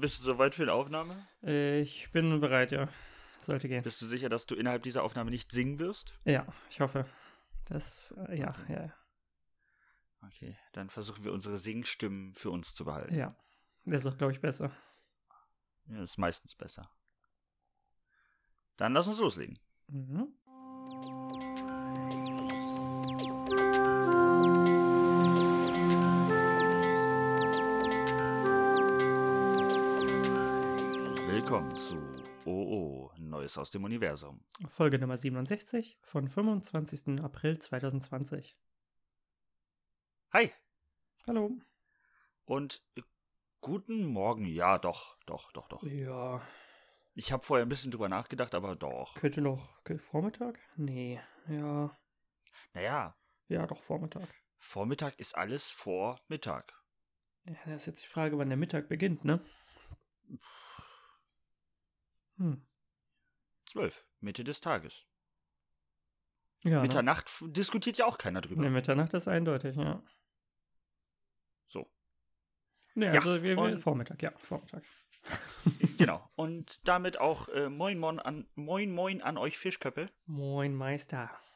Bist du soweit für eine Aufnahme? Äh, Ich bin bereit, ja. Sollte gehen. Bist du sicher, dass du innerhalb dieser Aufnahme nicht singen wirst? Ja, ich hoffe. Das, äh, ja, ja, Okay, dann versuchen wir unsere Singstimmen für uns zu behalten. ja. Das ist auch, glaube ich, besser. Ja, ist meistens besser. Dann lass uns loslegen. Mhm. Willkommen zu OO, Neues aus dem Universum. Folge Nummer 67 von 25. April 2020. Hi Hallo. und äh, guten Morgen. Ja, doch, doch, doch, doch. Ja, Ich habe vorher ein bisschen drüber nachgedacht, aber doch. könnte noch kö- Vormittag? Nee, ja, Naja, ja, doch Vormittag. Vormittag ist alles vor Mittag. Ja, das ist jetzt die Frage, wann der Mittag beginnt, ne? Hm. Zwölf, Mitte des Tages. Ja, ne? Mitternacht f- diskutiert ja auch keiner drüber. Ne, Mitternacht ist eindeutig, ja. So. Ne, Ja, also wir, wir und- Vormittag, ja, Vormittag. Genau. Und damit auch äh, moin, moin, an, moin Moin an euch Fischköppe. Moin Meister.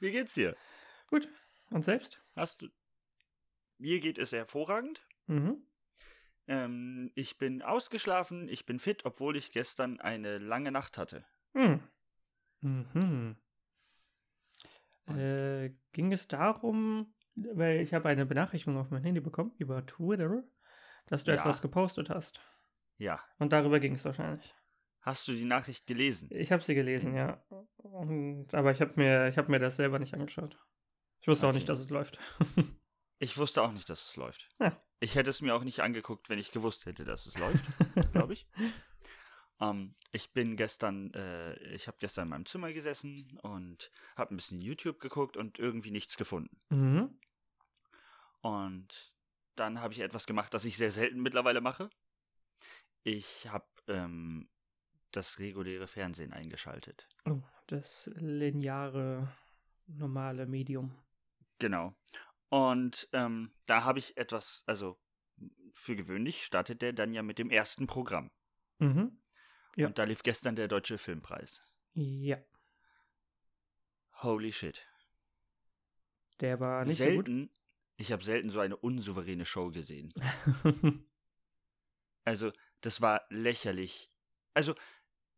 Wie geht's dir? Gut. Und selbst? Hast du. Mir geht es hervorragend. Mhm. Ähm, ich bin ausgeschlafen, ich bin fit, obwohl ich gestern eine lange Nacht hatte. Hm. Mhm. Und- Äh, ging es darum, weil ich habe eine Benachrichtigung auf mein Handy bekommen über Twitter, dass du Ja. etwas gepostet hast. Ja. Und darüber ging es wahrscheinlich. Hast du die Nachricht gelesen? Ich habe sie Hm. gelesen, ja. Und, aber ich habe mir, ich hab mir das selber nicht angeschaut. Ich wusste auch Okay. nicht, dass es läuft. Ich wusste auch nicht, dass es läuft. Ja. Ich hätte es mir auch nicht angeguckt, wenn ich gewusst hätte, dass es läuft, glaube ich. Ähm, ich bin gestern, äh, ich habe gestern in meinem Zimmer gesessen und habe ein bisschen YouTube geguckt und irgendwie nichts gefunden. Mhm. Und dann habe ich etwas gemacht, das ich sehr selten mittlerweile mache. Ich habe ähm, das reguläre Fernsehen eingeschaltet. Oh, das lineare, normale Medium. Genau. Und ähm, da habe ich etwas, also für gewöhnlich startet der dann ja mit dem ersten Programm. Mhm. Ja. Und da lief gestern der Deutsche Filmpreis. Ja, Holy shit. der war nicht selten, ich habe selten so eine unsouveräne Show gesehen. so gut. Also, das war lächerlich. Also,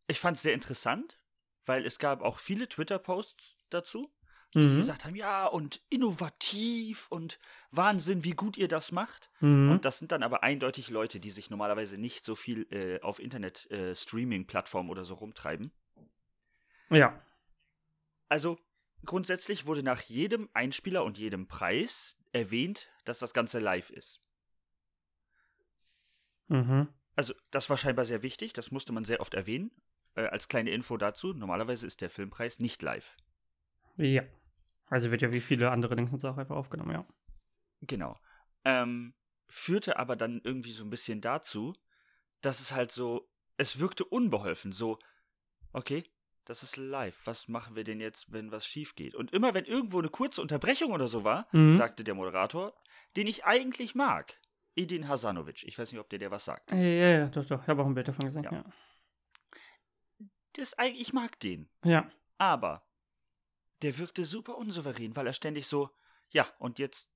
ich fand es sehr interessant, weil es gab auch viele Twitter-Posts dazu, die Mhm. gesagt haben, ja, und innovativ und Wahnsinn, wie gut ihr das macht. Mhm. Und das sind dann aber eindeutig Leute, die sich normalerweise nicht so viel äh, auf Internet-Streaming-Plattformen oder so rumtreiben. ja. Also grundsätzlich wurde nach jedem Einspieler und jedem Preis erwähnt, dass das Ganze live ist. Mhm. Also das war scheinbar sehr wichtig, das musste man sehr oft erwähnen. Äh, als kleine Info dazu, normalerweise ist der Filmpreis nicht live. Ja. Also wird ja wie viele andere Dings und so auch einfach aufgenommen, ja. Genau. Ähm, führte aber dann irgendwie so ein bisschen dazu, dass es halt so, es wirkte unbeholfen, so, okay, das ist live, was machen wir denn jetzt, wenn was schief geht? Und immer wenn irgendwo eine kurze Unterbrechung oder so war, Mhm. sagte der Moderator, den ich eigentlich mag, Edin Hasanovic, ich weiß nicht, ob der dir was sagt. Ja, ja, ja, doch, doch. Ich habe auch ein Bild davon gesehen, Ja. ja. Das, eig- ich mag den, Ja. aber der wirkte super unsouverän, weil er ständig so, ja, und jetzt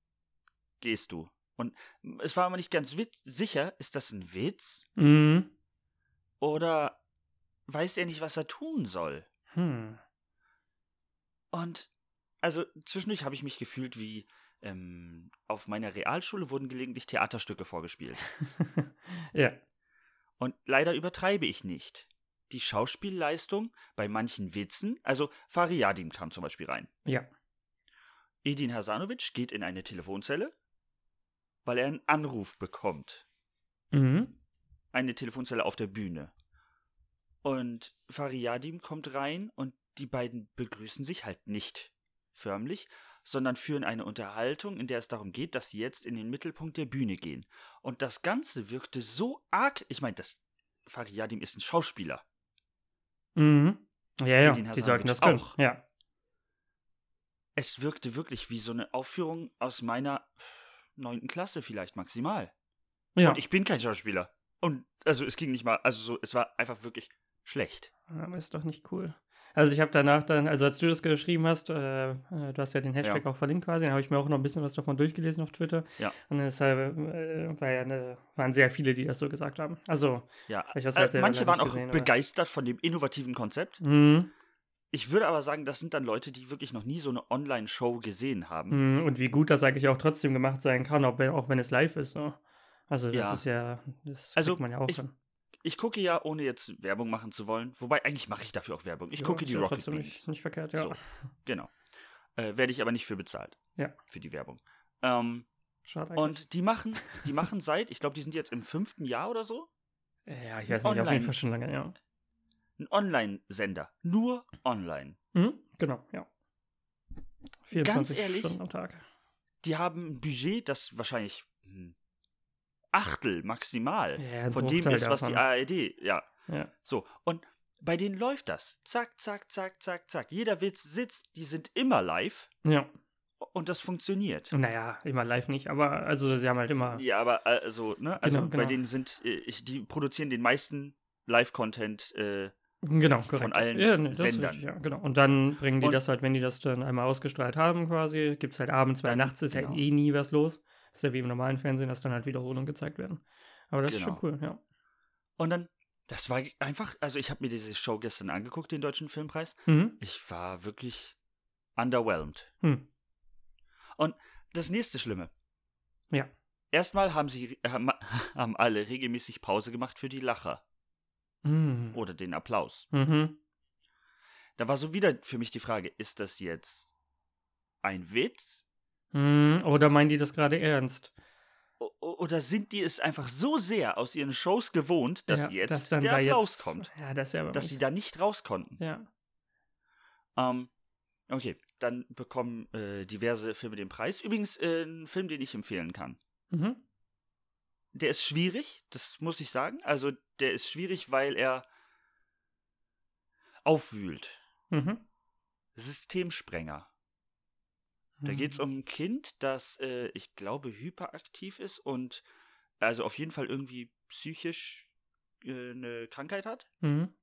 gehst du. Und es war immer nicht ganz witz sicher, ist das ein Witz? Mhm. Oder weiß er nicht, was er tun soll? Hm. Und also zwischendurch habe ich mich gefühlt wie ähm, auf meiner Realschule wurden gelegentlich Theaterstücke vorgespielt. ja. Und leider übertreibe ich nicht. Die Schauspielleistung bei manchen Witzen, also Fariadim kam zum Beispiel rein. Ja. Edin Hasanovic geht in eine Telefonzelle, weil er einen Anruf bekommt. Mhm. eine Telefonzelle auf der Bühne. Und Fariadim kommt rein und die beiden begrüßen sich halt nicht förmlich, sondern führen eine Unterhaltung, in der es darum geht, dass sie jetzt in den Mittelpunkt der Bühne gehen. Und das Ganze wirkte so arg. Ich meine, das Fariadim ist ein Schauspieler. Mhm. Ja, ja. Edin Die Hasanovic sollten das können. auch. Ja. Es wirkte wirklich wie so eine Aufführung aus meiner neunten Klasse vielleicht maximal. Ja. Und ich bin kein Schauspieler. Und also es ging nicht mal, also so, es war einfach wirklich schlecht. Aber ist doch nicht cool. Also ich habe danach dann, also als du das geschrieben hast, äh, äh, du hast ja den Hashtag auch verlinkt quasi, dann habe ich mir auch noch ein bisschen was davon durchgelesen auf Twitter. Ja. Und deshalb äh, war ja eine, waren sehr viele, die das so gesagt haben. Also, Ja. ich hab's halt Äh, selber manche leider waren nicht auch gesehen, aber- begeistert von dem innovativen Konzept. mh, Ich würde aber sagen, das sind dann Leute, die wirklich noch nie so eine Online-Show gesehen haben. mh, Mhm, und wie gut das eigentlich auch trotzdem gemacht sein kann, ob, wenn- auch wenn es live ist. So. Also das Ja. ist ja, das Also, kriegt man ja auch ich- hin. Ich gucke ja, ohne jetzt Werbung machen zu wollen, wobei eigentlich mache ich dafür auch Werbung. Ich Ja, gucke ist die ja Rocket trotzdem Beans. nicht, nicht verkehrt, ja. So. Genau. Äh, werde ich aber nicht für bezahlt. Ja. Für die Werbung. Ähm, Schade eigentlich. und die machen, die machen seit, ich glaube, die sind jetzt im fünften Jahr oder so, ja, ich weiß nicht, auf online- jeden Fall schon lange, ja. ein Online-Sender. Nur online. Mhm, genau, ja. 24 ehrlich? Stunden am Tag. Die haben ein Budget, das wahrscheinlich ein Achtel maximal Ja, ein von dem Bruchteil ist, was die davon. ARD, ja. Ja. So, und bei denen läuft das. Zack, zack, zack, zack, zack. Jeder Witz sitzt, die sind immer live Ja, und das funktioniert. naja, immer live nicht, aber also sie haben halt immer. Ja, aber also, ne? Also Genau, bei genau. denen sind, äh, ich, die produzieren den meisten Live-Content, äh, Genau, Von korrekt. allen ja, nee, das ist Sendern. richtig, ja, genau. Und dann bringen die Und- das halt, wenn die das dann einmal ausgestrahlt haben, quasi, gibt es halt abends, weil Dann- nachts ist genau. ja eh nie was los. Ist ja wie im normalen Fernsehen, dass dann halt Wiederholungen gezeigt werden. Aber das Genau. ist schon cool, ja. und dann, das war einfach, also ich habe mir diese Show gestern angeguckt, den Deutschen Filmpreis. Mhm. Ich war wirklich underwhelmed. Hm. Das nächste Schlimme. Ja. Erstmal haben sie, äh, haben, haben alle regelmäßig Pause gemacht für die Lacher Mhm. oder den Applaus. Mhm. Da war so wieder für mich die Frage, ist das jetzt ein Witz? Mhm. Oder meinen die das gerade ernst? O oder sind die es einfach so sehr aus ihren Shows gewohnt, dass ja, jetzt dass dann der da Applaus jetzt, kommt? Ja, das ist ja aber Dass sie da nicht raus konnten. Ja. Ähm, okay, dann bekommen äh, diverse Filme den Preis. Übrigens, äh, ein Film, den ich empfehlen kann. Mhm. Der ist schwierig, das muss ich sagen. Also, der ist schwierig, weil er aufwühlt. Mhm. Systemsprenger. mhm. Da geht es um ein Kind, das, äh, ich glaube, hyperaktiv ist und also auf jeden Fall irgendwie psychisch äh, eine Krankheit hat Mhm.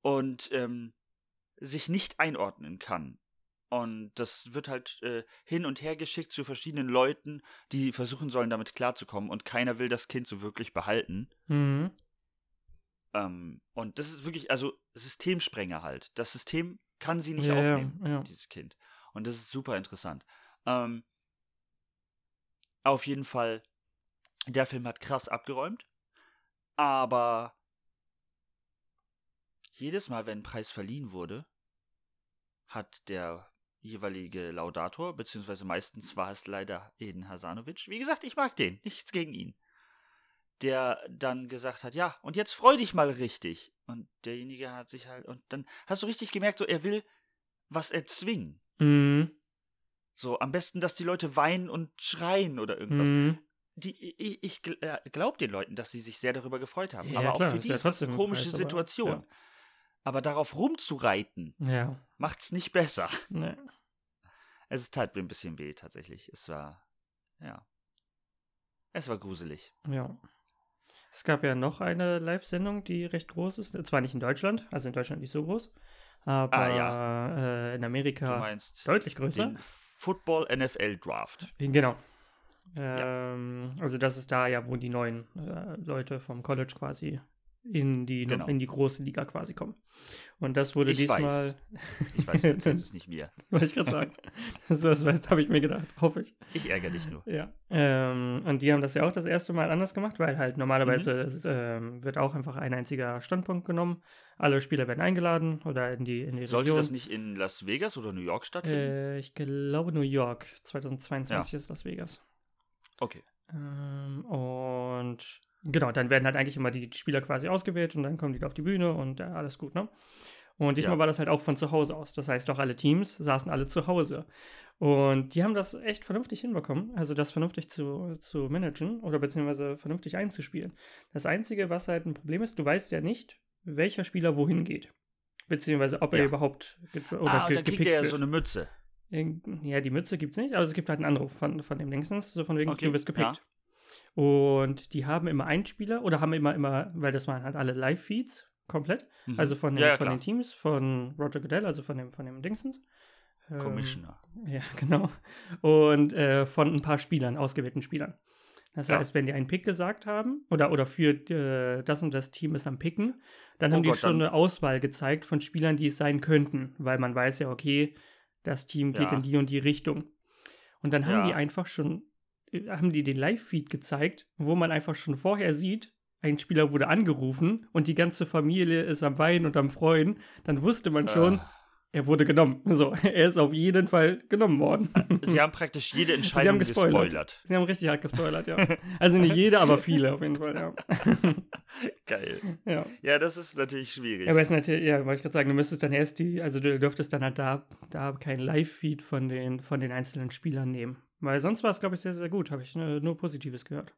und ähm, sich nicht einordnen kann. Und das wird halt äh, hin und her geschickt zu verschiedenen Leuten, die versuchen sollen, damit klarzukommen. Und keiner will das Kind so wirklich behalten. Mhm. Ähm, und das ist wirklich, also Systemsprenger halt. Das System kann sie nicht ja, aufnehmen. Ja, ja. dieses Kind. Und das ist super interessant. Ähm, auf jeden Fall, der Film hat krass abgeräumt, aber jedes Mal, wenn ein Preis verliehen wurde, hat der jeweilige Laudator, beziehungsweise meistens war es leider Eden Hasanovic, wie gesagt, ich mag den, nichts gegen ihn, der dann gesagt hat, ja, und jetzt freu dich mal richtig. Und derjenige hat sich halt, und dann hast du richtig gemerkt, so, er will was erzwingen. Mhm. So, am besten, dass die Leute weinen und schreien oder irgendwas. Mhm. Die, ich ich gl- äh, glaub den Leuten, dass sie sich sehr darüber gefreut haben. Ja, aber auch klar, für ist die ja ist das trotzdem eine ein komische Preis, aber- Situation. Aber, ja. darauf rumzureiten, Ja. macht's nicht besser. Nee. Es tat mir ein bisschen weh, tatsächlich. Es war, ja. Es war gruselig. Ja. Es gab ja noch eine Live-Sendung, die recht groß ist. Zwar nicht in Deutschland, also in Deutschland nicht so groß, aber äh, Ah, in Du Amerika meinst deutlich größer. den Football-NFL-Draft. Genau. Ähm, Also das ist da ja, wo die neuen äh, Leute vom College quasi in die, Genau. in die große Liga quasi kommen. Und das wurde Ich diesmal, weiß. Ich weiß, jetzt ist es nicht mir. wollte ich gerade sagen, dass du das weißt, habe ich mir gedacht, hoffe ich. Ich ärgere dich nur. Ja. Ähm, und die haben das ja auch das erste Mal anders gemacht, weil halt normalerweise es, ähm, wird auch einfach ein einziger Standpunkt genommen. Alle Spieler werden eingeladen oder in die, in die Sollte Region. das nicht in Las Vegas oder New York stattfinden? äh, ich glaube New York, 2022 ist Las Vegas. okay. Ähm, und genau, dann werden halt eigentlich immer die Spieler quasi ausgewählt und dann kommen die auf die Bühne und äh, alles gut, ne? Und diesmal Ja. war das halt auch von zu Hause aus. Das heißt, auch alle Teams saßen alle zu Hause. Und die haben das echt vernünftig hinbekommen, also das vernünftig zu, zu managen oder beziehungsweise vernünftig einzuspielen. Das Einzige, was halt ein Problem ist, du weißt ja nicht, welcher Spieler wohin geht. Beziehungsweise ob Ja. er überhaupt get- oder Ah, und ge- dann kriegt gepickt er ja wird. so eine Mütze. Irgend- Ja, die Mütze gibt's nicht, aber es gibt halt einen Anruf von, von dem längstens, so von wegen, Okay, du wirst gepickt. Und die haben immer Einspieler oder haben immer, immer, weil das waren halt alle Live-Feeds komplett. Mhm. Also von, den, Ja, ja, von klar. den Teams, von Roger Goodell, also von dem, von dem Dingsens. Ähm, Commissioner. Ja, genau. Und äh, von ein paar Spielern, ausgewählten Spielern. Das Ja. heißt, wenn die einen Pick gesagt haben oder, oder für äh, das und das Team ist am Picken, dann Oh haben die Gott, schon dann- eine Auswahl gezeigt von Spielern, die es sein könnten, weil man weiß ja, okay, das Team geht Ja. in die und die Richtung. Und dann haben Ja. die einfach schon, äh, haben die den Live-Feed gezeigt, wo man einfach schon vorher sieht, ein Spieler wurde angerufen und die ganze Familie ist am Weinen und am Freuen. Dann wusste Äh. man schon, er wurde genommen. So, er ist auf jeden Fall genommen worden. Sie haben praktisch jede Entscheidung gespoilert. gespoilert. Sie haben richtig hart gespoilert, ja. Also nicht jeder, aber viele auf jeden Fall, ja. Geil. ja. Ja, das ist natürlich schwierig. Aber es ist natürlich, ja, wollte ich gerade sagen, du müsstest dann erst die, also du dürftest dann halt da, da kein Live-Feed von den, von den einzelnen Spielern nehmen. Weil sonst war es, glaube ich, sehr, sehr gut. Habe ich äh, nur Positives gehört.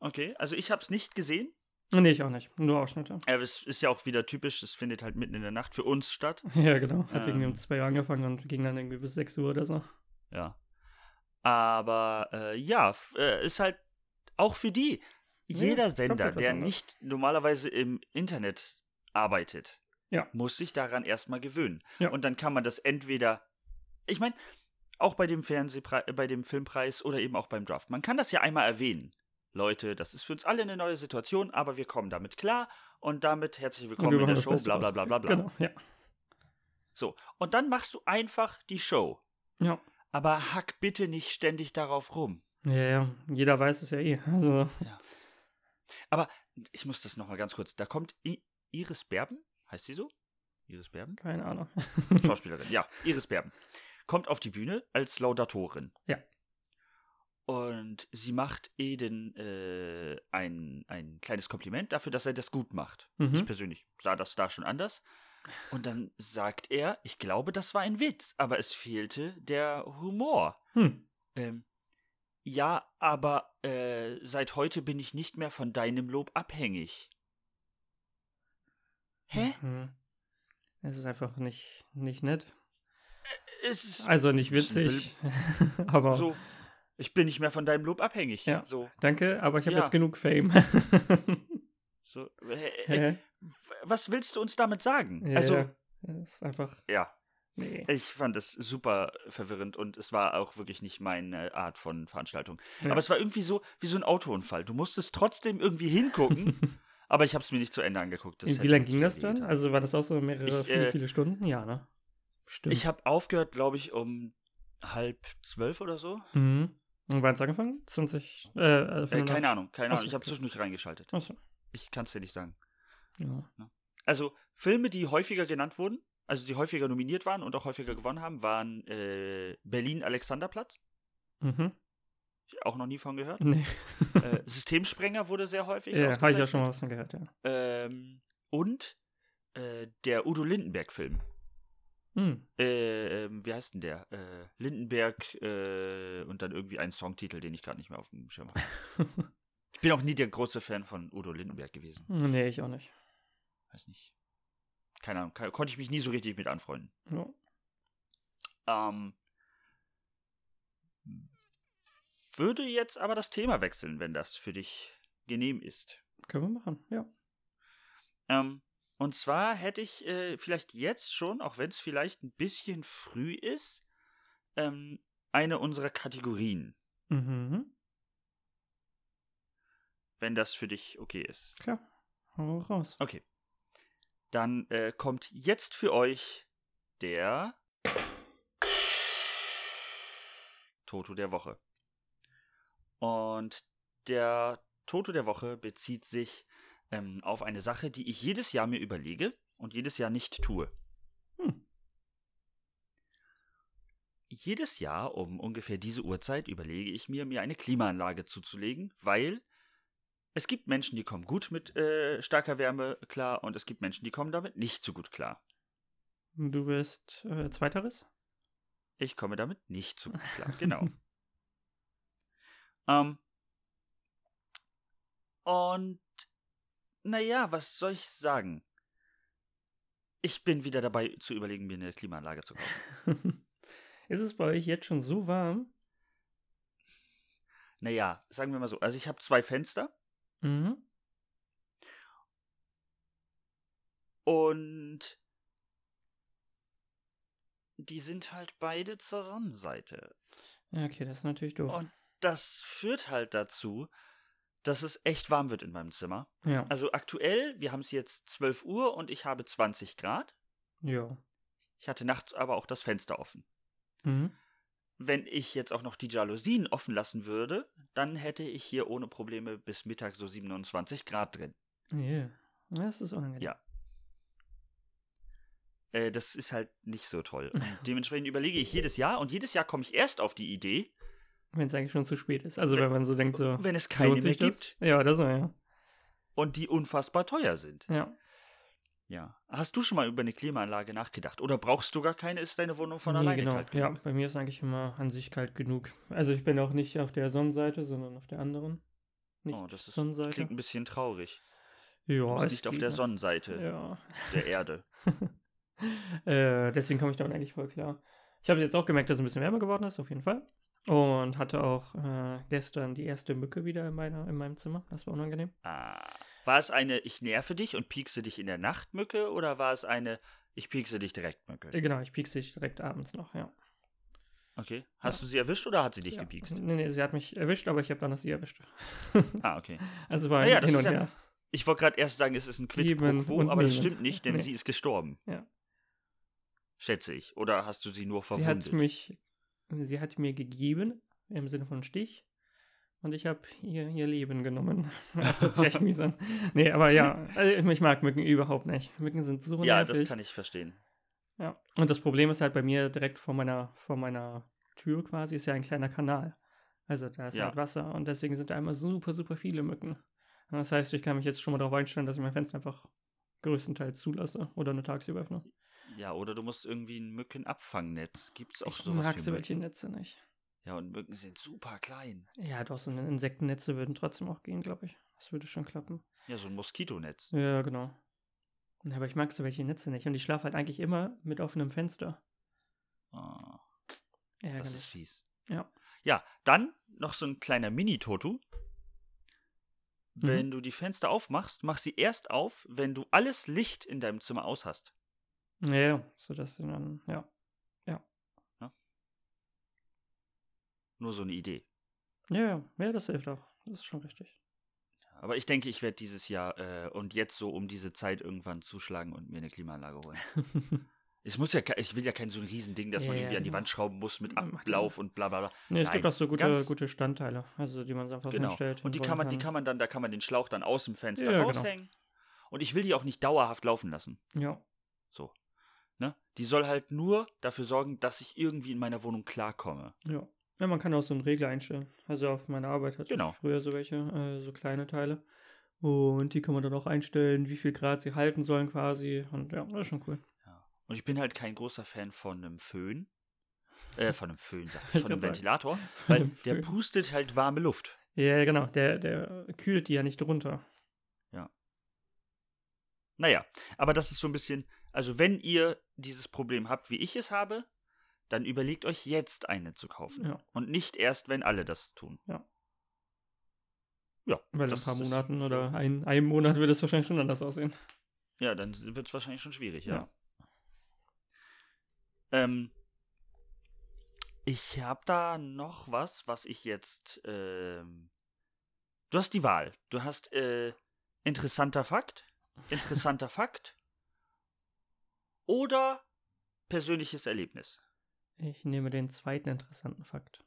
okay, also ich habe es nicht gesehen. Nee, ich auch nicht. Nur Ausschnitte. Aber es ist ja auch wieder typisch, es findet halt mitten in der Nacht für uns statt. Ja, genau. Hat irgendwie Ähm. um zwei Uhr angefangen und ging dann irgendwie bis 6 Uhr oder so. Ja. Aber äh, ja, f- äh, ist halt auch für die. Ja, Jeder komplett Sender, was der anderes. nicht normalerweise im Internet arbeitet, Ja. muss sich daran erstmal gewöhnen. Ja. Und dann kann man das entweder. Ich meine, auch bei dem Fernsehpre äh, bei dem Filmpreis oder eben auch beim Draft. Man kann das ja einmal erwähnen. Leute, das ist für uns alle eine neue Situation, aber wir kommen damit klar und damit herzlich Und wir willkommen in machen der das Show, Beste bla bla draus. bla bla bla. Genau, ja. So. Und dann machst du einfach die Show. Ja. Aber hack bitte nicht ständig darauf rum. Ja, ja. Jeder weiß es ja eh. Also, Ich muss das nochmal ganz kurz. Da kommt I Iris Berben, heißt sie so? Iris Berben? keine Ahnung. Schauspielerin, ja, Iris Berben. Kommt auf die Bühne als Laudatorin. Ja. Und sie macht Eden äh, ein, ein kleines Kompliment dafür, dass er das gut macht. Mhm. Ich persönlich sah das da schon anders. Und dann sagt er, ich glaube, das war ein Witz, aber es fehlte der Humor. Hm. Ähm, ja, aber äh, seit heute bin ich nicht mehr von deinem Lob abhängig. Hä? Mhm. Es ist einfach nicht, nicht nett. Es ist Also nicht Ist ein witzig, aber so, ich bin nicht mehr von deinem Lob abhängig. Also Ja. So, danke, aber ich habe Ja. jetzt genug Fame. so, äh, äh, Hä? was willst du uns damit sagen? Ja, Also, ja. Es ist einfach, ja, nee. ich fand das super verwirrend und es war auch wirklich nicht meine Art von Veranstaltung. Ja. Aber es war irgendwie so wie so ein Autounfall. Du musstest trotzdem irgendwie hingucken, aber ich habe es mir nicht zu Ende angeguckt. ne? Das Wie hätte lange uns ging viel das dann? wehgetan. Also war das auch so mehrere, Ich, viele, äh, viele Stunden? Ja, ne? Stimmt. Ich habe aufgehört, glaube ich, um halb zwölf oder so. mhm. Und wann es angefangen? 20, äh, Äh, keine Ahnung, keine Ahnung. Ach so, Ich habe okay. zwischendurch reingeschaltet. Achso. Ich kann es dir nicht sagen. Ja. Also Filme, die häufiger genannt wurden, also die häufiger nominiert waren und auch häufiger gewonnen haben, waren äh, Berlin Alexanderplatz, Mhm. auch noch nie von gehört. Nee. äh, Systemsprenger wurde sehr häufig. Ja, habe ich ja ausgezeichnet. schon mal was von gehört, ja. Ähm, und äh, der Udo Lindenberg-Film. Hm. Äh, ähm, wie heißt denn der? Äh, Lindenberg äh, und dann irgendwie ein Songtitel, den ich gerade nicht mehr auf dem Schirm habe. ich bin auch nie der große Fan von Udo Lindenberg gewesen. Nee, ich auch nicht. Weiß nicht. Keine Ahnung, kann, konnte ich mich nie so richtig mit anfreunden. Ja. Ähm, würde jetzt aber das Thema wechseln, wenn das für dich genehm ist. Können wir machen, ja. Ähm, und zwar hätte ich äh, vielleicht jetzt schon, auch wenn es vielleicht ein bisschen früh ist, ähm, eine unserer Kategorien, Mhm. wenn das für dich okay ist. Klar. Hau raus. Okay. Dann äh, kommt jetzt für euch der Toto der Woche. Und der Toto der Woche bezieht sich ähm, auf eine Sache, die ich jedes Jahr mir überlege und jedes Jahr nicht tue. Hm. Jedes Jahr um ungefähr diese Uhrzeit überlege ich mir, mir eine Klimaanlage zuzulegen, weil es gibt Menschen, die kommen gut mit äh, starker Wärme klar und es gibt Menschen, die kommen damit nicht so gut klar. Du bist äh, Zweiteres? Ich komme damit nicht so gut klar, genau. ähm, und naja, was soll ich sagen? Ich bin wieder dabei zu überlegen, mir eine Klimaanlage zu kaufen. Ist es bei euch jetzt schon so warm? Naja, sagen wir mal so. Also ich habe zwei Fenster Mhm. und die sind halt beide zur Sonnenseite. Ja, okay, das ist natürlich doof. Und das führt halt dazu, dass es echt warm wird in meinem Zimmer. ja. Also aktuell, wir haben es jetzt 12 Uhr und ich habe 20 Grad. ja. Ich hatte nachts aber auch das Fenster offen. Mhm. Wenn ich jetzt auch noch die Jalousien offen lassen würde, dann hätte ich hier ohne Probleme bis Mittag so 27 Grad drin. Yeah. Das ist unangenehm. Ja. Äh, das ist halt nicht so toll. Und dementsprechend überlege ich jedes Jahr und jedes Jahr komme ich erst auf die Idee, Wenn es eigentlich schon zu spät ist. Also wenn man so denkt, so. wenn es keine lohnt mehr sich gibt das? Ja, das war ja. und die unfassbar teuer sind. Ja. Ja. Hast du schon mal über eine Klimaanlage nachgedacht? Oder brauchst du gar keine? Ist deine Wohnung von Nee, alleine genau. kalt? Ja, bei mir ist eigentlich immer an sich kalt genug. Also ich bin auch nicht auf der Sonnenseite, sondern auf der anderen. Nicht Oh, das ist, Sonnenseite. klingt ein bisschen traurig. Du ja, bist es nicht auf geht der noch. Sonnenseite Ja. der Erde. äh, deswegen komme ich damit eigentlich voll klar. Ich habe jetzt auch gemerkt, dass es ein bisschen wärmer geworden ist, auf jeden Fall. Und hatte auch äh, gestern die erste Mücke wieder in, meiner, in meinem Zimmer. Das war unangenehm. Ah. War es eine Ich nerve dich und piekse dich in der Nacht Mücke oder war es eine Ich piekse dich direkt Äh, Mücke? genau, ich piekse dich direkt abends noch, ja. Okay. Hast du sie erwischt oder hat sie dich ja. gepiekst? Nee, nee, sie hat mich erwischt, aber ich habe dann noch sie erwischt. Ah, okay. also war Ah ein ja, das hin ist und ja- her. Ich wollte gerade erst sagen, es ist ein Quid pro Eben quo, und aber das nehmen. stimmt nicht, denn Nee. sie ist gestorben. Ja. Schätze ich. Oder hast du sie nur Sie verwundet? hat mich, sie hat mir gegeben, im Sinne von Stich, und ich habe ihr ihr Leben genommen. Das hört sich echt mies an. Nee, aber ja, also ich mag Mücken überhaupt nicht. Mücken sind so ja, nervig. das kann ich verstehen. Ja. Und das Problem ist halt bei mir direkt vor meiner, vor meiner Tür quasi ist ja ein kleiner Kanal. Also da ist Ja. halt Wasser und deswegen sind da immer super, super viele Mücken. Und das heißt, ich kann mich jetzt schon mal darauf einstellen, dass ich mein Fenster einfach größtenteils zulasse oder nur tagsüber öffne. Ja, oder du musst irgendwie ein Mückenabfangnetz. Gibt's auch ich sowas mag für so Mücken? welche Netze nicht. Ja, und Mücken sind super klein. Ja, doch, so Insektennetze würden trotzdem auch gehen, glaube ich. Das würde schon klappen. Ja, so ein Moskitonetz. Ja, genau. Ja, Aber ich mag so welche Netze nicht. Und ich schlafe halt eigentlich immer mit offenem Fenster. genau. Ah. Das ist Ärgerlich. fies. Ja. Ja, dann noch so ein kleiner Mini-Totu. Mhm. Wenn du die Fenster aufmachst, mach sie erst auf, wenn du alles Licht in deinem Zimmer aus hast. Ja, ja. So dass sie dann, ja. Nur so eine Idee. Ja, ja. Ja, das hilft auch. Das ist schon richtig. Aber ich denke, ich werde dieses Jahr äh, und jetzt so um diese Zeit irgendwann zuschlagen und mir eine Klimaanlage holen. Es muss ja, ke- ich will ja kein so ein Riesending, dass man Ja, ja, irgendwie an die genau. Wand schrauben muss mit Macht Ablauf und bla bla bla. nee, es gibt Nein, auch so gute, ganz- gute Standteile, also die man so einfach Genau. hinstellt. Und die kann man, die kann man dann, da kann man den Schlauch dann aus dem Fenster Ja, genau. raushängen. Und ich will die auch nicht dauerhaft laufen lassen. man. Ja. So. Ne? Die soll halt nur dafür sorgen, dass ich irgendwie in meiner Wohnung klarkomme. Ja. ja, man kann auch so einen Regler einstellen. Also auf meiner Arbeit hatte Genau. ich früher so welche, äh, so kleine Teile. Und die kann man dann auch einstellen, wie viel Grad sie halten sollen quasi. Und ja, das ist schon cool. Und ich bin halt kein großer Fan von einem Föhn. Äh, von einem Föhn, sag ich, Ich von einem kann sagen. Ventilator. Weil einem der Föhn. pustet halt warme Luft. Ja, ja, genau. Der, der kühlt die ja nicht runter. Naja, aber das ist so ein bisschen. Also, wenn ihr dieses Problem habt, wie ich es habe, dann überlegt euch jetzt eine zu kaufen. Ja. Und nicht erst, wenn alle das tun. Ja. Ja. Weil in das ein paar ist- Monaten oder ein, einem Monat würde es wahrscheinlich schon anders aussehen. Ja, dann wird es wahrscheinlich schon schwierig, ja. Ja. Ähm, ich habe da noch was, was ich jetzt. Ähm, du hast die Wahl. Du hast äh, interessanter Fakt, interessanter Fakt oder persönliches Erlebnis. Ich nehme den zweiten interessanten Fakt.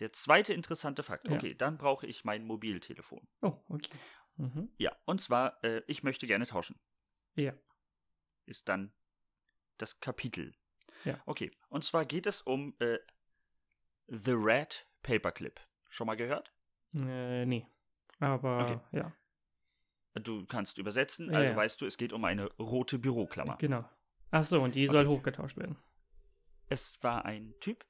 Der zweite interessante Fakt. Ja. Okay, dann brauche ich mein Mobiltelefon. Oh, okay. Mhm. Ja, und zwar, äh, ich möchte gerne tauschen. Ja. Ist dann das Kapitel. Ja. Okay, und zwar geht es um äh, The Red Paperclip. Schon mal gehört? Äh, nee. Aber Okay. ja, Du kannst übersetzen, Ja, also ja. weißt du, es geht um eine rote Büroklammer. genau. Ach so, und die soll Okay. hochgetauscht werden. Es war ein Typ,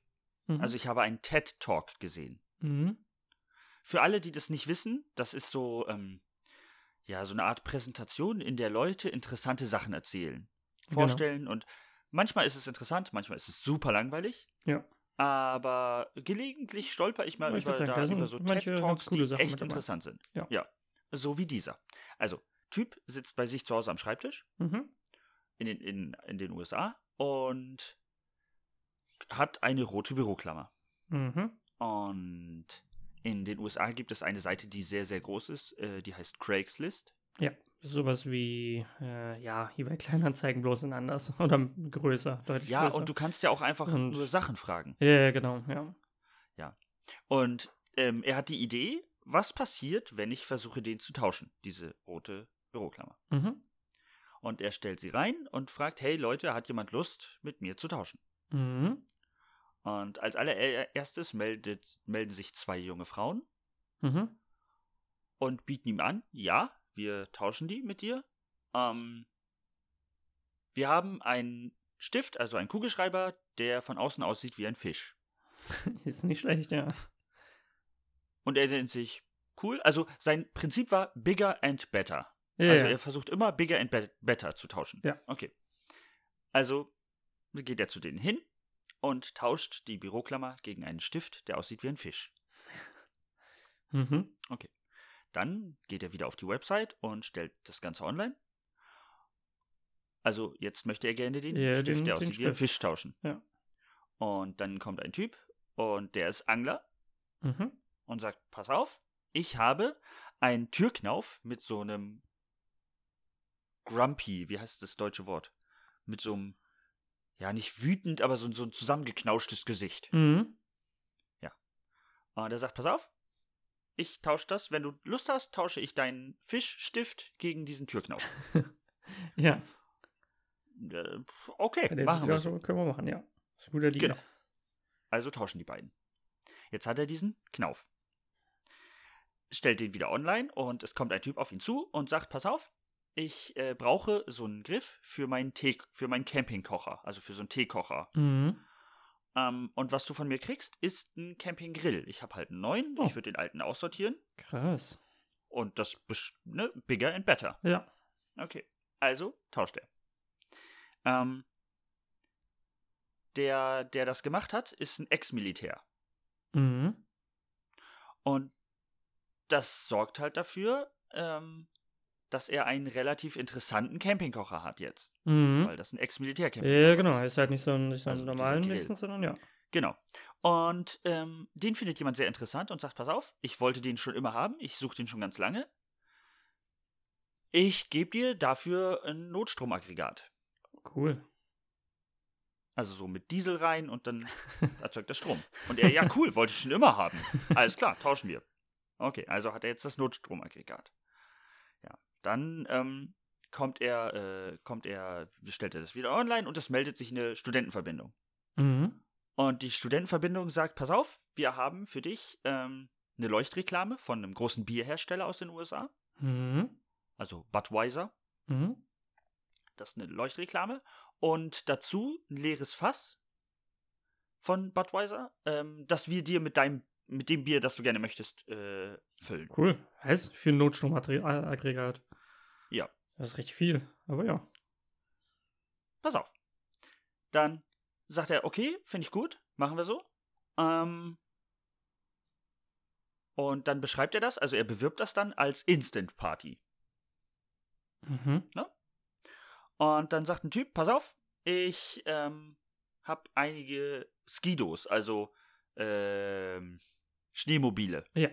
Mhm. also ich habe einen TED-Talk gesehen. mhm. Für alle, die das nicht wissen, das ist so, ähm, ja, so eine Art Präsentation, in der Leute interessante Sachen erzählen, Genau. vorstellen und manchmal ist es interessant, manchmal ist es super langweilig. Ja. Aber gelegentlich stolper ich mal Ich über, würd sagen, da, da sind über so manche TED-Talks, ganz coole die Sachen mit echt dabei. interessant sind. Ja. So wie dieser. Also, Typ sitzt bei sich zu Hause am Schreibtisch Mhm. in den, in, in den USA und hat eine rote Büroklammer. Mhm. Und in den USA gibt es eine Seite, die sehr, sehr groß ist. Äh, die heißt Craigslist. Ja, sowas wie, äh, ja, hier bei Kleinanzeigen bloß in anders oder größer, deutlich Ja, größer. und du kannst ja auch einfach Und- nur Sachen fragen. Ja, ja, genau, ja. Und ähm, er hat die Idee, was passiert, wenn ich versuche, den zu tauschen, diese rote Büroklammer. Mhm. Und er stellt sie rein und fragt, hey Leute, hat jemand Lust, mit mir zu tauschen? Mhm. Und als allererstes meldet, melden sich zwei junge Frauen Mhm. und bieten ihm an, ja, wir tauschen die mit dir. Ähm, wir haben einen Stift, also einen Kugelschreiber, der von außen aussieht wie ein Fisch. Ist nicht schlecht, ja. Und er nennt sich cool. Also sein Prinzip war bigger and better. Ja, Also ja. er versucht immer bigger and bet- better zu tauschen. Ja. Okay. Also geht er zu denen hin und tauscht die Büroklammer gegen einen Stift, der aussieht wie ein Fisch. Mhm. Dann geht er wieder auf die Website und stellt das Ganze online. Also jetzt möchte er gerne den Ja, Stift, den- der den aussieht wie ein Stift. Fisch, tauschen. Ja. Und dann kommt ein Typ und der ist Angler Mhm. und sagt, pass auf, ich habe einen Türknauf mit so einem Grumpy, wie heißt das deutsche Wort? Mit so einem, ja, nicht wütend, aber so, so ein zusammengeknauschtes Gesicht. Mhm. Und er sagt, pass auf, ich tausche das, wenn du Lust hast, tausche ich deinen Fischstift gegen diesen Türknauf. Ja, äh, okay, der machen ja, wir so. so können wir machen, ja. Ist ein guter Deal. Genau. Also tauschen die beiden. Jetzt hat er diesen Knauf. Stellt den wieder online und es kommt ein Typ auf ihn zu und sagt: Pass auf, ich äh, brauche so einen Griff für meinen Tee, für meinen Campingkocher, also für so einen Teekocher. Mhm. Ähm, und was du von mir kriegst, ist ein Campinggrill. Ich habe halt einen neuen, Oh. ich würde den alten aussortieren Krass. und das best- ne, bigger and better. Ja. Okay. Also tauscht er. Ähm, der, der das gemacht hat, ist ein Ex-Militär. Mhm. Und das sorgt halt dafür, ähm, dass er einen relativ interessanten Campingkocher hat jetzt, Mhm. weil das ein Ex-Militär-Campingkocher Ja, genau. ist. Ist halt nicht so ein, nicht so ein Also dieser normalen Grill. Nixon, sondern ja. Genau. Und ähm, den findet jemand sehr interessant und sagt, pass auf, ich wollte den schon immer haben, ich suche den schon ganz lange. Ich gebe dir dafür ein Notstromaggregat. Cool. Also so mit Diesel rein und dann erzeugt er Strom. Und er, ja cool, wollte ich schon immer haben. Alles klar, tauschen wir. Okay, also hat er jetzt das Notstromaggregat. Ja, dann ähm, kommt er, äh, kommt er, stellt er das wieder online und es meldet sich eine Studentenverbindung. Mhm. Und die Studentenverbindung sagt, pass auf, wir haben für dich ähm, eine Leuchtreklame von einem großen Bierhersteller aus den USA, Mhm. also Budweiser. Mhm. Das ist eine Leuchtreklame. Und dazu ein leeres Fass von Budweiser, ähm, das wir dir mit deinem, mit dem Bier, das du gerne möchtest, äh, füllen. Cool. Heiß für ein Notstromaggregat. Ja. Das ist richtig viel. Aber ja. Pass auf. Dann sagt er, okay, finde ich gut, machen wir so. Ähm, und dann beschreibt er das, also er bewirbt das dann als Instant Party. Mhm. Und dann sagt ein Typ, pass auf, ich ähm, habe einige Skidos, also ähm, Schneemobile. Ja.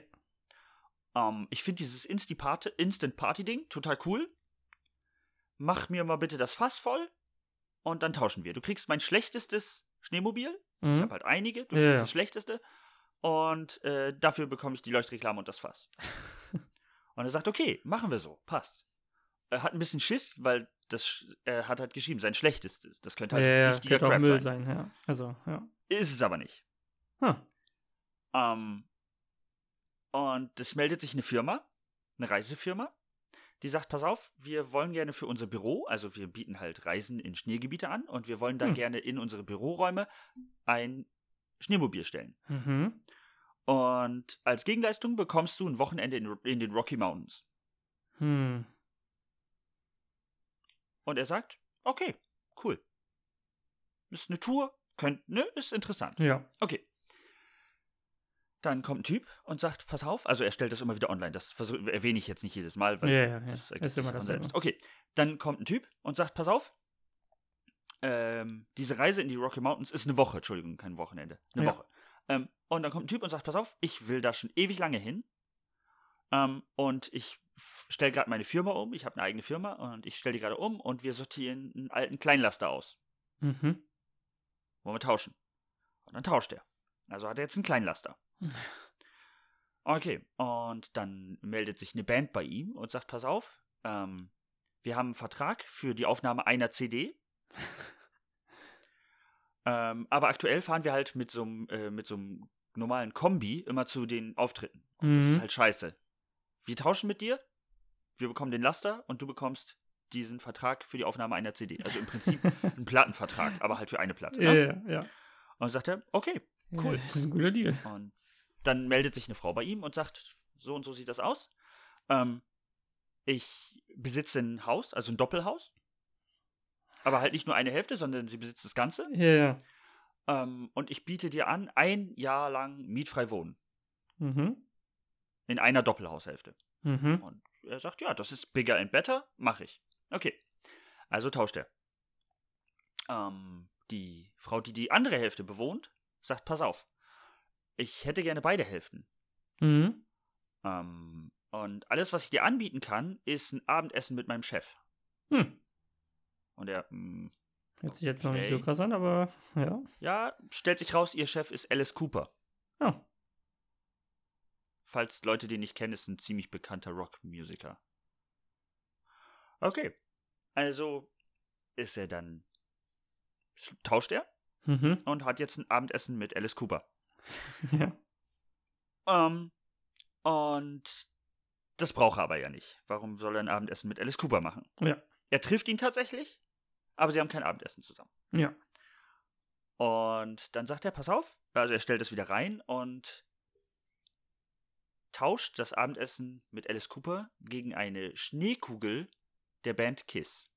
Ähm, ich finde dieses Insti-Party- Instant-Party-Ding total cool. Mach mir mal bitte das Fass voll und dann tauschen wir. Du kriegst mein schlechtestes Schneemobil. Ich habe Mhm. halt einige, du Ja, kriegst ja. das schlechteste. Und äh, dafür bekomme ich die Leuchtreklame und das Fass. und er sagt, okay, machen wir so, passt. Er hat ein bisschen Schiss, weil das sch- er hat halt geschrieben, sein schlechtestes. Das könnte halt ja, ja, richtiger könnte auch Crap Müll sein. sein. ja. Also, ja. Ist es aber nicht. Huh. Ähm, und es meldet sich eine Firma, eine Reisefirma, die sagt, pass auf, wir wollen gerne für unser Büro, also wir bieten halt Reisen in Schneegebiete an und wir wollen da Hm. gerne in unsere Büroräume ein Schneemobil stellen. Mhm. Und als Gegenleistung bekommst du ein Wochenende in, in den Rocky Mountains. Hm. Und er sagt, okay, cool. Ist eine Tour, Könnt, ne, ist interessant. Ja. Okay. Dann kommt ein Typ und sagt, pass auf, also er stellt das immer wieder online, das versuch, erwähne ich jetzt nicht jedes Mal, Ja, weil ja, ja. das Das ergibt ist sich immer von das selbst. Okay, dann kommt ein Typ und sagt, pass auf, ähm, diese Reise in die Rocky Mountains ist eine Woche, Entschuldigung, kein Wochenende, eine Ja. Woche. Ähm, und dann kommt ein Typ und sagt, pass auf, ich will da schon ewig lange hin ähm, und ich stelle gerade meine Firma um, ich habe eine eigene Firma und ich stelle die gerade um und wir sortieren einen alten Kleinlaster aus. Mhm. Wollen wir tauschen? Und dann tauscht er. Also hat er jetzt einen Kleinlaster. Okay, und dann meldet sich eine Band bei ihm und sagt, pass auf, ähm, wir haben einen Vertrag für die Aufnahme einer CD. ähm, aber aktuell fahren wir halt mit so einem äh, mit so einem normalen Kombi immer zu den Auftritten. Und das Mhm. ist halt scheiße. Wir tauschen mit dir, wir bekommen den Laster und du bekommst diesen Vertrag für die Aufnahme einer CD. Also im Prinzip ein Plattenvertrag, aber halt für eine Platte. Ja, Ne? ja, ja. Und dann sagt er, okay. Cool. Ja, Das ist ein guter Deal. Und dann meldet sich eine Frau bei ihm und sagt, so und so sieht das aus. Ähm, ich besitze ein Haus, also ein Doppelhaus. Aber halt nicht nur eine Hälfte, sondern sie besitzt das Ganze. Ja, ja. Ähm, und ich biete dir an, ein Jahr lang mietfrei wohnen. Mhm. In einer Doppelhaushälfte. Mhm. Er sagt, ja, das ist bigger and better, mache ich. Okay. Also tauscht er. Ähm, die Frau, die die andere Hälfte bewohnt, sagt, pass auf. Ich hätte gerne beide Hälften. Mhm. Ähm, und alles, was ich dir anbieten kann, ist ein Abendessen mit meinem Chef. Hm. Und er, mm, Hört sich jetzt noch nicht so Okay. krass an, aber ja. ja, stellt sich raus, ihr Chef ist Alice Cooper. Ja. Falls Leute den nicht kennen, ist ein ziemlich bekannter Rockmusiker. Okay. Also ist er dann. sch- Tauscht er Mhm. und hat jetzt ein Abendessen mit Alice Cooper. Ja. Ähm, und das braucht er aber ja nicht. Warum soll er ein Abendessen mit Alice Cooper machen? Ja. Er trifft ihn tatsächlich, aber sie haben kein Abendessen zusammen. Ja. Und dann sagt er, pass auf, also er stellt das wieder rein und tauscht das Abendessen mit Alice Cooper gegen eine Schneekugel der Band Kiss.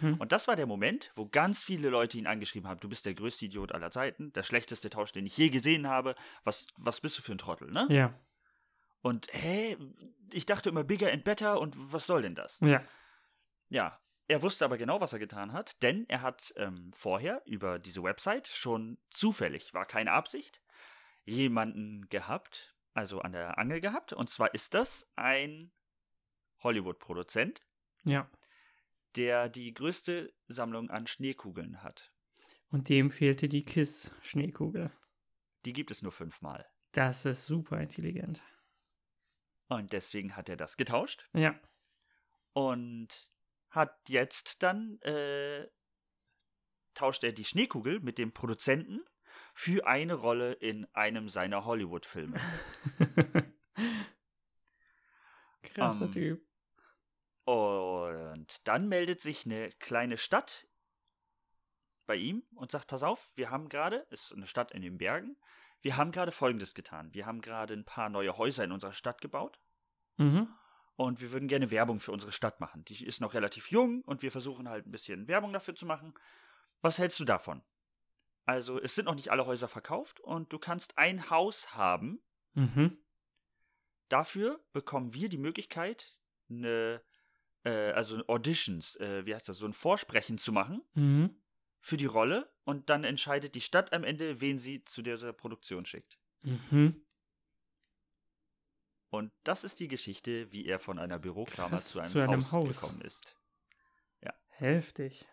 Mhm. Und das war der Moment, wo ganz viele Leute ihn angeschrieben haben, du bist der größte Idiot aller Zeiten, der schlechteste Tausch, den ich je gesehen habe, was, was bist du für ein Trottel, ne? Ja. Und hä, ich dachte immer bigger and better und was soll denn das? Ja. Ja, er wusste aber genau, was er getan hat, denn er hat ähm, vorher über diese Website schon zufällig, war keine Absicht, jemanden gehabt, also an der Angel gehabt. Und zwar ist das ein Hollywood-Produzent, Ja. der die größte Sammlung an Schneekugeln hat. Und dem fehlte die Kiss-Schneekugel. Die gibt es nur fünfmal. Das ist super intelligent. Und deswegen hat er das getauscht. Ja. Und hat jetzt dann, äh, tauscht er die Schneekugel mit dem Produzenten für eine Rolle in einem seiner Hollywood-Filme. Krasser Ähm, Typ. Und dann meldet sich eine kleine Stadt bei ihm und sagt, pass auf, wir haben gerade, ist eine Stadt in den Bergen, wir haben gerade Folgendes getan. Wir haben gerade ein paar neue Häuser in unserer Stadt gebaut. Mhm. Und wir würden gerne Werbung für unsere Stadt machen. Die ist noch relativ jung und wir versuchen halt ein bisschen Werbung dafür zu machen. Was hältst du davon? Also, es sind noch nicht alle Häuser verkauft und du kannst ein Haus haben. Mhm. Dafür bekommen wir die Möglichkeit, eine, äh, also Auditions, äh, wie heißt das, so ein Vorsprechen zu machen Mhm. für die Rolle und dann entscheidet die Stadt am Ende, wen sie zu dieser Produktion schickt. Mhm. Und das ist die Geschichte, wie er von einer Büroklammer Krass, zu einem, zu einem Haus, Haus. gekommen ist. Heftig.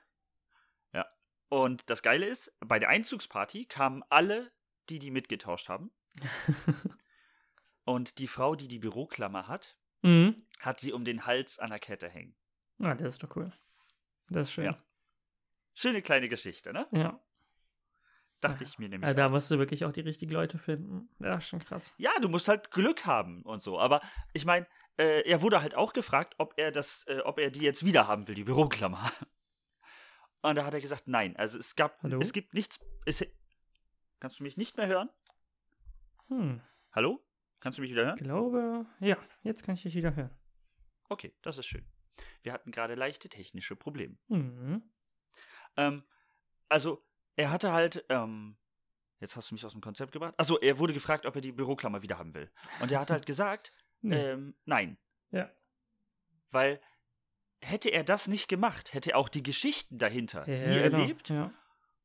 Und das Geile ist, bei der Einzugsparty kamen alle, die die mitgetauscht haben. Und die Frau, die die Büroklammer hat, Mhm. hat sie um den Hals an der Kette hängen. Ah, das ist doch cool. Das ist schön. Ja. Ja. Schöne kleine Geschichte, ne? Dachte ich mir nämlich. Also da musst du wirklich auch die richtigen Leute finden. Ja, schon krass. ja, du musst halt Glück haben und so. Aber ich meine, äh, er wurde halt auch gefragt, ob er das, äh, ob er die jetzt wieder haben will, die Büroklammer. Und da hat er gesagt, nein. Also es gab, Hallo? es gibt nichts. Es, kannst du mich nicht mehr hören? Hm. Hallo? Kannst du mich wieder hören? Glaube, ja, jetzt kann ich dich wieder hören. Okay, das ist schön. Hm. Wir hatten gerade leichte technische Probleme. Mhm. Ähm, also, er hatte halt, ähm, jetzt hast du mich aus dem Konzept gebracht. Achso, er wurde gefragt, ob er die Büroklammer wieder haben will. Und er hat halt gesagt, Nee. ähm, nein. Hm. Ja. Weil hätte er das nicht gemacht, hätte er auch die Geschichten dahinter Ja, nie genau. erlebt. Ja.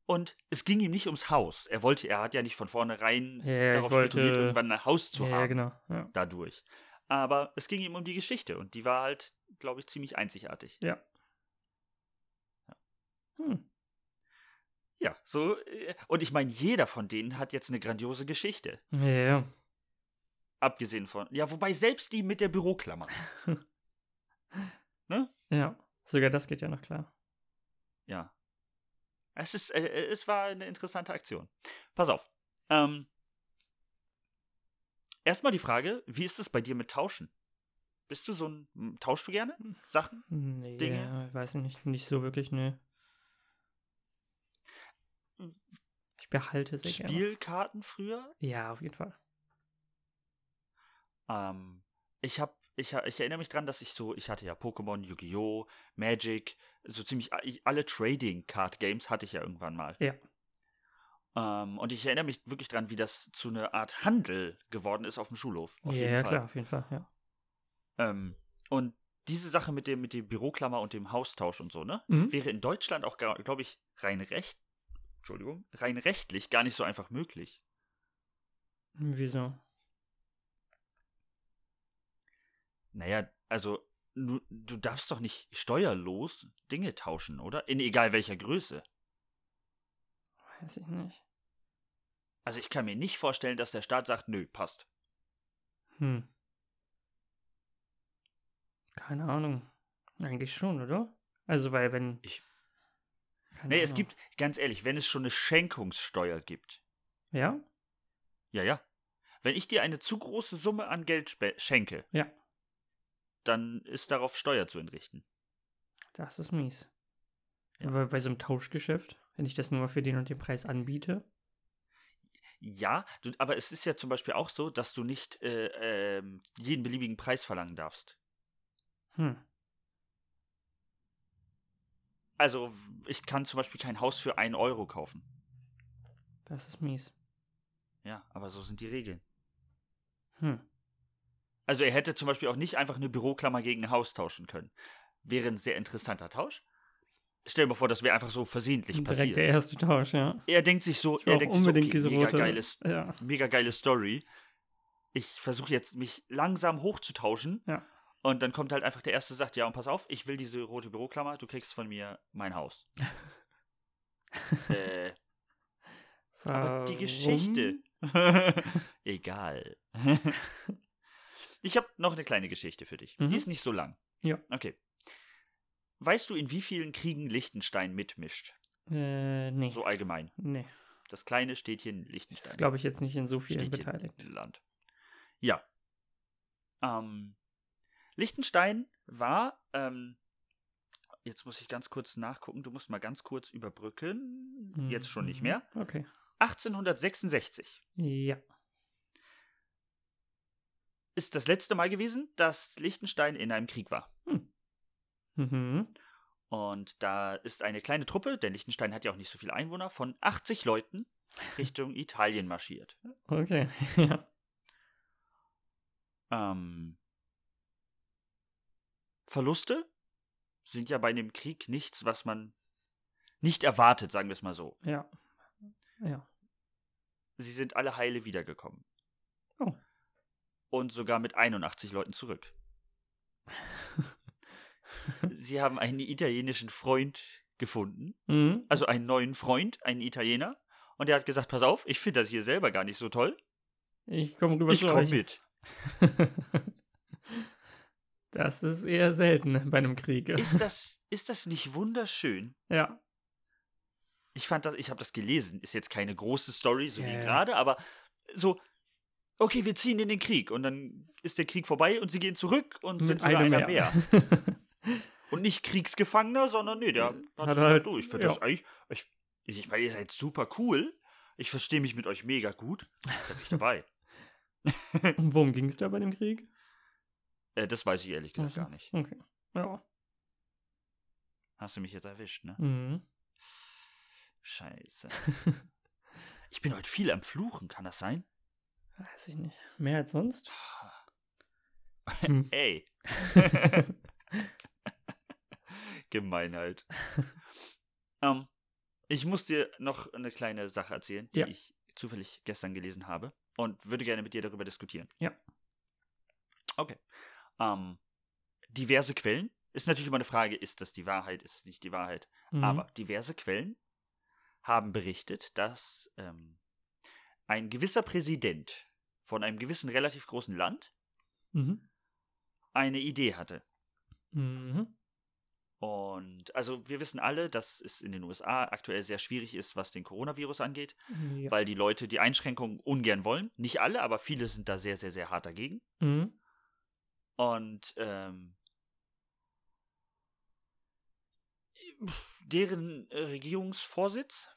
Und es ging ihm nicht ums Haus. Er wollte, er hat ja nicht von vornherein Ja, ja, darauf ich wollte- spekuliert, irgendwann ein Haus zu ja, haben ja, genau. Ja. dadurch. Aber es ging ihm um die Geschichte und die war halt, glaube ich, ziemlich einzigartig. ja. Hm. Ja, so. äh, Und ich meine, jeder von denen hat jetzt eine grandiose Geschichte. Ja, ja. Abgesehen von. Ja, wobei selbst die mit der Büroklammer. Ja. Sogar das geht ja noch klar. Ja. Es ist, äh, es war eine interessante Aktion. Pass auf. Ähm, Erstmal die Frage, wie ist es bei dir mit Tauschen? Bist du so ein, m, tauschst du gerne Hm, Sachen? Nee, Dinge? ich weiß nicht, nicht so wirklich, ne. Ich behalte sehr gerne. Spielkarten früher? Ja, auf jeden Fall. Ähm, ich hab, ich, ha- ich erinnere mich dran, dass ich so, ich hatte ja Pokémon, Yu-Gi-Oh!, Magic, so ziemlich a- ich- alle Trading Card Games hatte ich ja irgendwann mal. Ja. Ähm, und ich erinnere mich wirklich dran, wie das zu einer Art Handel geworden ist auf dem Schulhof. Auf ja, jeden ja, Fall. klar, auf jeden Fall, ja. Ähm, und diese Sache mit dem, mit dem Büroklammer und dem Haustausch und so, ne? Mhm. Wäre in Deutschland auch, glaube ich, rein recht, Entschuldigung, rein rechtlich gar nicht so einfach möglich. Wieso? Naja, also nu, du darfst doch nicht steuerlos Dinge tauschen, oder? In egal welcher Größe. Weiß ich nicht. Also ich kann mir nicht vorstellen, dass der Staat sagt, nö, passt. Hm. Keine Ahnung. Eigentlich schon, oder? Also, weil wenn. Ich- Keine Nee, es Ahnung. gibt, ganz ehrlich, wenn es schon eine Schenkungssteuer gibt. Ja? Ja, ja. Wenn ich dir eine zu große Summe an Geld spe- schenke, Ja. dann ist darauf Steuer zu entrichten. Das ist mies. Ja. Aber bei so einem Tauschgeschäft, wenn ich das nur für den und den Preis anbiete. Ja, du, aber es ist ja zum Beispiel auch so, dass du nicht äh, ähm, jeden beliebigen Preis verlangen darfst. Hm. Also ich kann zum Beispiel kein Haus für einen Euro kaufen. Das ist mies. Ja, aber so sind die Regeln. Hm. Also er hätte zum Beispiel auch nicht einfach eine Büroklammer gegen ein Haus tauschen können. Wäre ein sehr interessanter Tausch. Stell dir mal vor, das wäre einfach so versehentlich Direkt der passiert. erste Tausch, ja. Er denkt sich so, Ich er brauch denkt sich so, unbedingt okay, diese mega, rote. geiles, Ja. mega geile Story. Ich versuche jetzt, mich langsam hochzutauschen. Ja. Und dann kommt halt einfach der Erste, sagt, ja, und pass auf, ich will diese rote Büroklammer, du kriegst von mir mein Haus. äh, aber die Warum? Geschichte. Egal. ich habe noch eine kleine Geschichte für dich. Mhm. Die ist nicht so lang. Ja. Okay. Weißt du, in wie vielen Kriegen Liechtenstein mitmischt? Äh, nee. So allgemein. Nee. Das kleine Städtchen Liechtenstein. Ist, glaube ich, jetzt nicht in so vielen Städtchen beteiligt. Land. Ja. Ähm, Liechtenstein war, ähm, jetzt muss ich ganz kurz nachgucken, du musst mal ganz kurz überbrücken, jetzt schon nicht Mhm. mehr, Okay. 1866 Ja. ist das letzte Mal gewesen, dass Liechtenstein in einem Krieg war. Mhm. Und da ist eine kleine Truppe, denn Liechtenstein hat ja auch nicht so viele Einwohner, von 80 Leuten Richtung Italien marschiert. Okay. ja. Ähm, Verluste sind ja bei einem Krieg nichts, was man nicht erwartet, sagen wir es mal so. Ja. Ja. Sie sind alle heile wiedergekommen. Oh. Und sogar mit 81 Leuten zurück. Sie haben einen italienischen Freund gefunden, Mhm. also einen neuen Freund, einen Italiener. Und der hat gesagt, pass auf, ich finde das hier selber gar nicht so toll. Ich komme rüber Ich zu komme euch. mit. das ist eher selten bei einem Krieg. Ist das, ist das nicht wunderschön? ja. ich fand das, ich habe das gelesen, ist jetzt keine große Story, so Ja, ja. wie gerade, aber so, okay, wir ziehen in den Krieg und dann ist der Krieg vorbei und sie gehen zurück und sind sogar einer mehr. Und nicht Kriegsgefangener, sondern nee, der Hat hat, sich halt- halt, du, ich finde ja. das eigentlich, ich, ich meine, ihr seid super cool, ich verstehe mich mit euch mega gut, da bin ich dabei. Und Worum ging es da bei dem Krieg? äh, das weiß ich ehrlich gesagt Also, gar nicht. Okay. Ja. Hast du mich jetzt erwischt, ne? Mhm. Scheiße. ich bin heute viel am Fluchen, kann das sein? Weiß ich nicht. Mehr als sonst? Hm. Ey. Gemeinheit. halt. Ähm, ich muss dir noch eine kleine Sache erzählen, die Ja. ich zufällig gestern gelesen habe und würde gerne mit dir darüber diskutieren. Ja. Okay. Ähm, diverse Quellen ist natürlich immer eine Frage, ist das die Wahrheit, ist es nicht die Wahrheit? Mhm. Aber diverse Quellen haben berichtet, dass ähm, ein gewisser Präsident von einem gewissen relativ großen Land Mhm. eine Idee hatte. Mhm. Und also wir wissen alle, dass es in den USA aktuell sehr schwierig ist, was den Coronavirus angeht, Ja. weil die Leute die Einschränkungen ungern wollen. Nicht alle, aber viele sind da sehr, sehr, sehr hart dagegen. Mhm. Und ähm, deren äh, Regierungsvorsitz,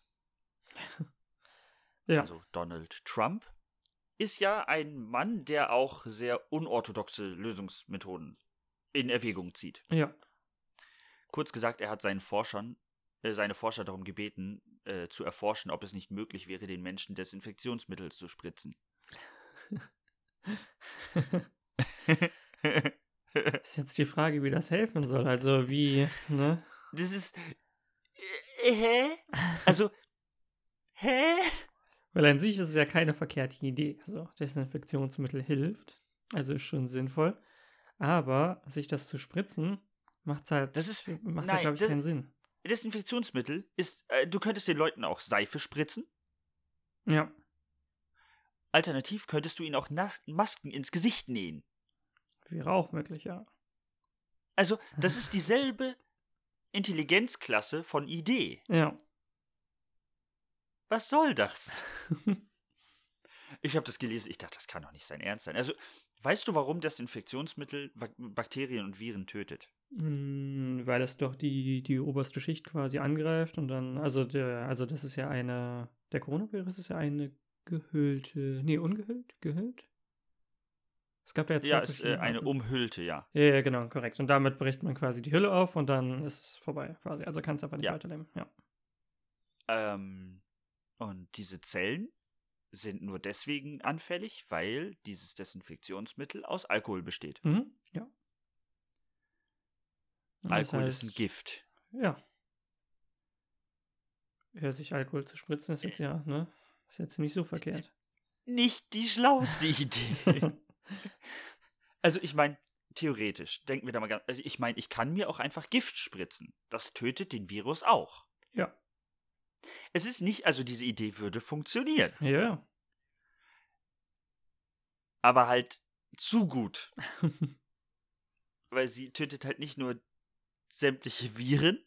Ja. also Donald Trump, ist ja ein Mann, der auch sehr unorthodoxe Lösungsmethoden in Erwägung zieht. ja. Kurz gesagt, er hat seinen Forschern, äh, seine Forscher darum gebeten, äh, zu erforschen, ob es nicht möglich wäre, den Menschen Desinfektionsmittel zu spritzen. Ist jetzt die Frage, wie das helfen soll. Also wie, ne? Das ist. Äh, hä? Also. Hä? Weil an sich ist es ja keine verkehrte Idee. Also Desinfektionsmittel hilft, also ist schon sinnvoll. Aber sich das zu spritzen, macht halt, Das ist- macht nein, halt, glaube ich, das- keinen Sinn. Desinfektionsmittel ist. Äh, du könntest den Leuten auch Seife spritzen. Ja. Alternativ könntest du ihnen auch Nas Masken ins Gesicht nähen. Wäre auch möglich, ja. Also, das ist dieselbe Intelligenzklasse von Idee. Ja. Was soll das? Ich habe das gelesen, ich dachte, das kann doch nicht sein Ernst sein. Also, weißt du, warum Desinfektionsmittel Bak- Bakterien und Viren tötet? Mm, Weil es doch die, die oberste Schicht quasi angreift und dann, also der, also das ist ja eine, der Coronavirus ist ja eine gehüllte, nee, ungehüllt, gehüllt? Es gab da jetzt ja, ist äh, eine um umhüllte, ja. Ja, ja, genau, korrekt. Und damit bricht man quasi die Hülle auf und dann ist es vorbei quasi. Also kann es einfach nicht Ja. weiterleben. Ja. Ähm, und diese Zellen sind nur deswegen anfällig, weil dieses Desinfektionsmittel aus Alkohol besteht. Mhm. ja. Und das Alkohol ist ein heißt, Gift. Ja. Ja, sich Alkohol zu spritzen ist jetzt Äh. ja, ne? Ist jetzt nicht so verkehrt. Nicht die schlauste Idee. Also ich meine, theoretisch, denken wir da mal ganz, also ich meine, ich kann mir auch einfach Gift spritzen. Das tötet den Virus auch. Ja. Es ist nicht, also diese Idee würde funktionieren, ja, ja. aber halt zu gut, weil sie tötet halt nicht nur sämtliche Viren,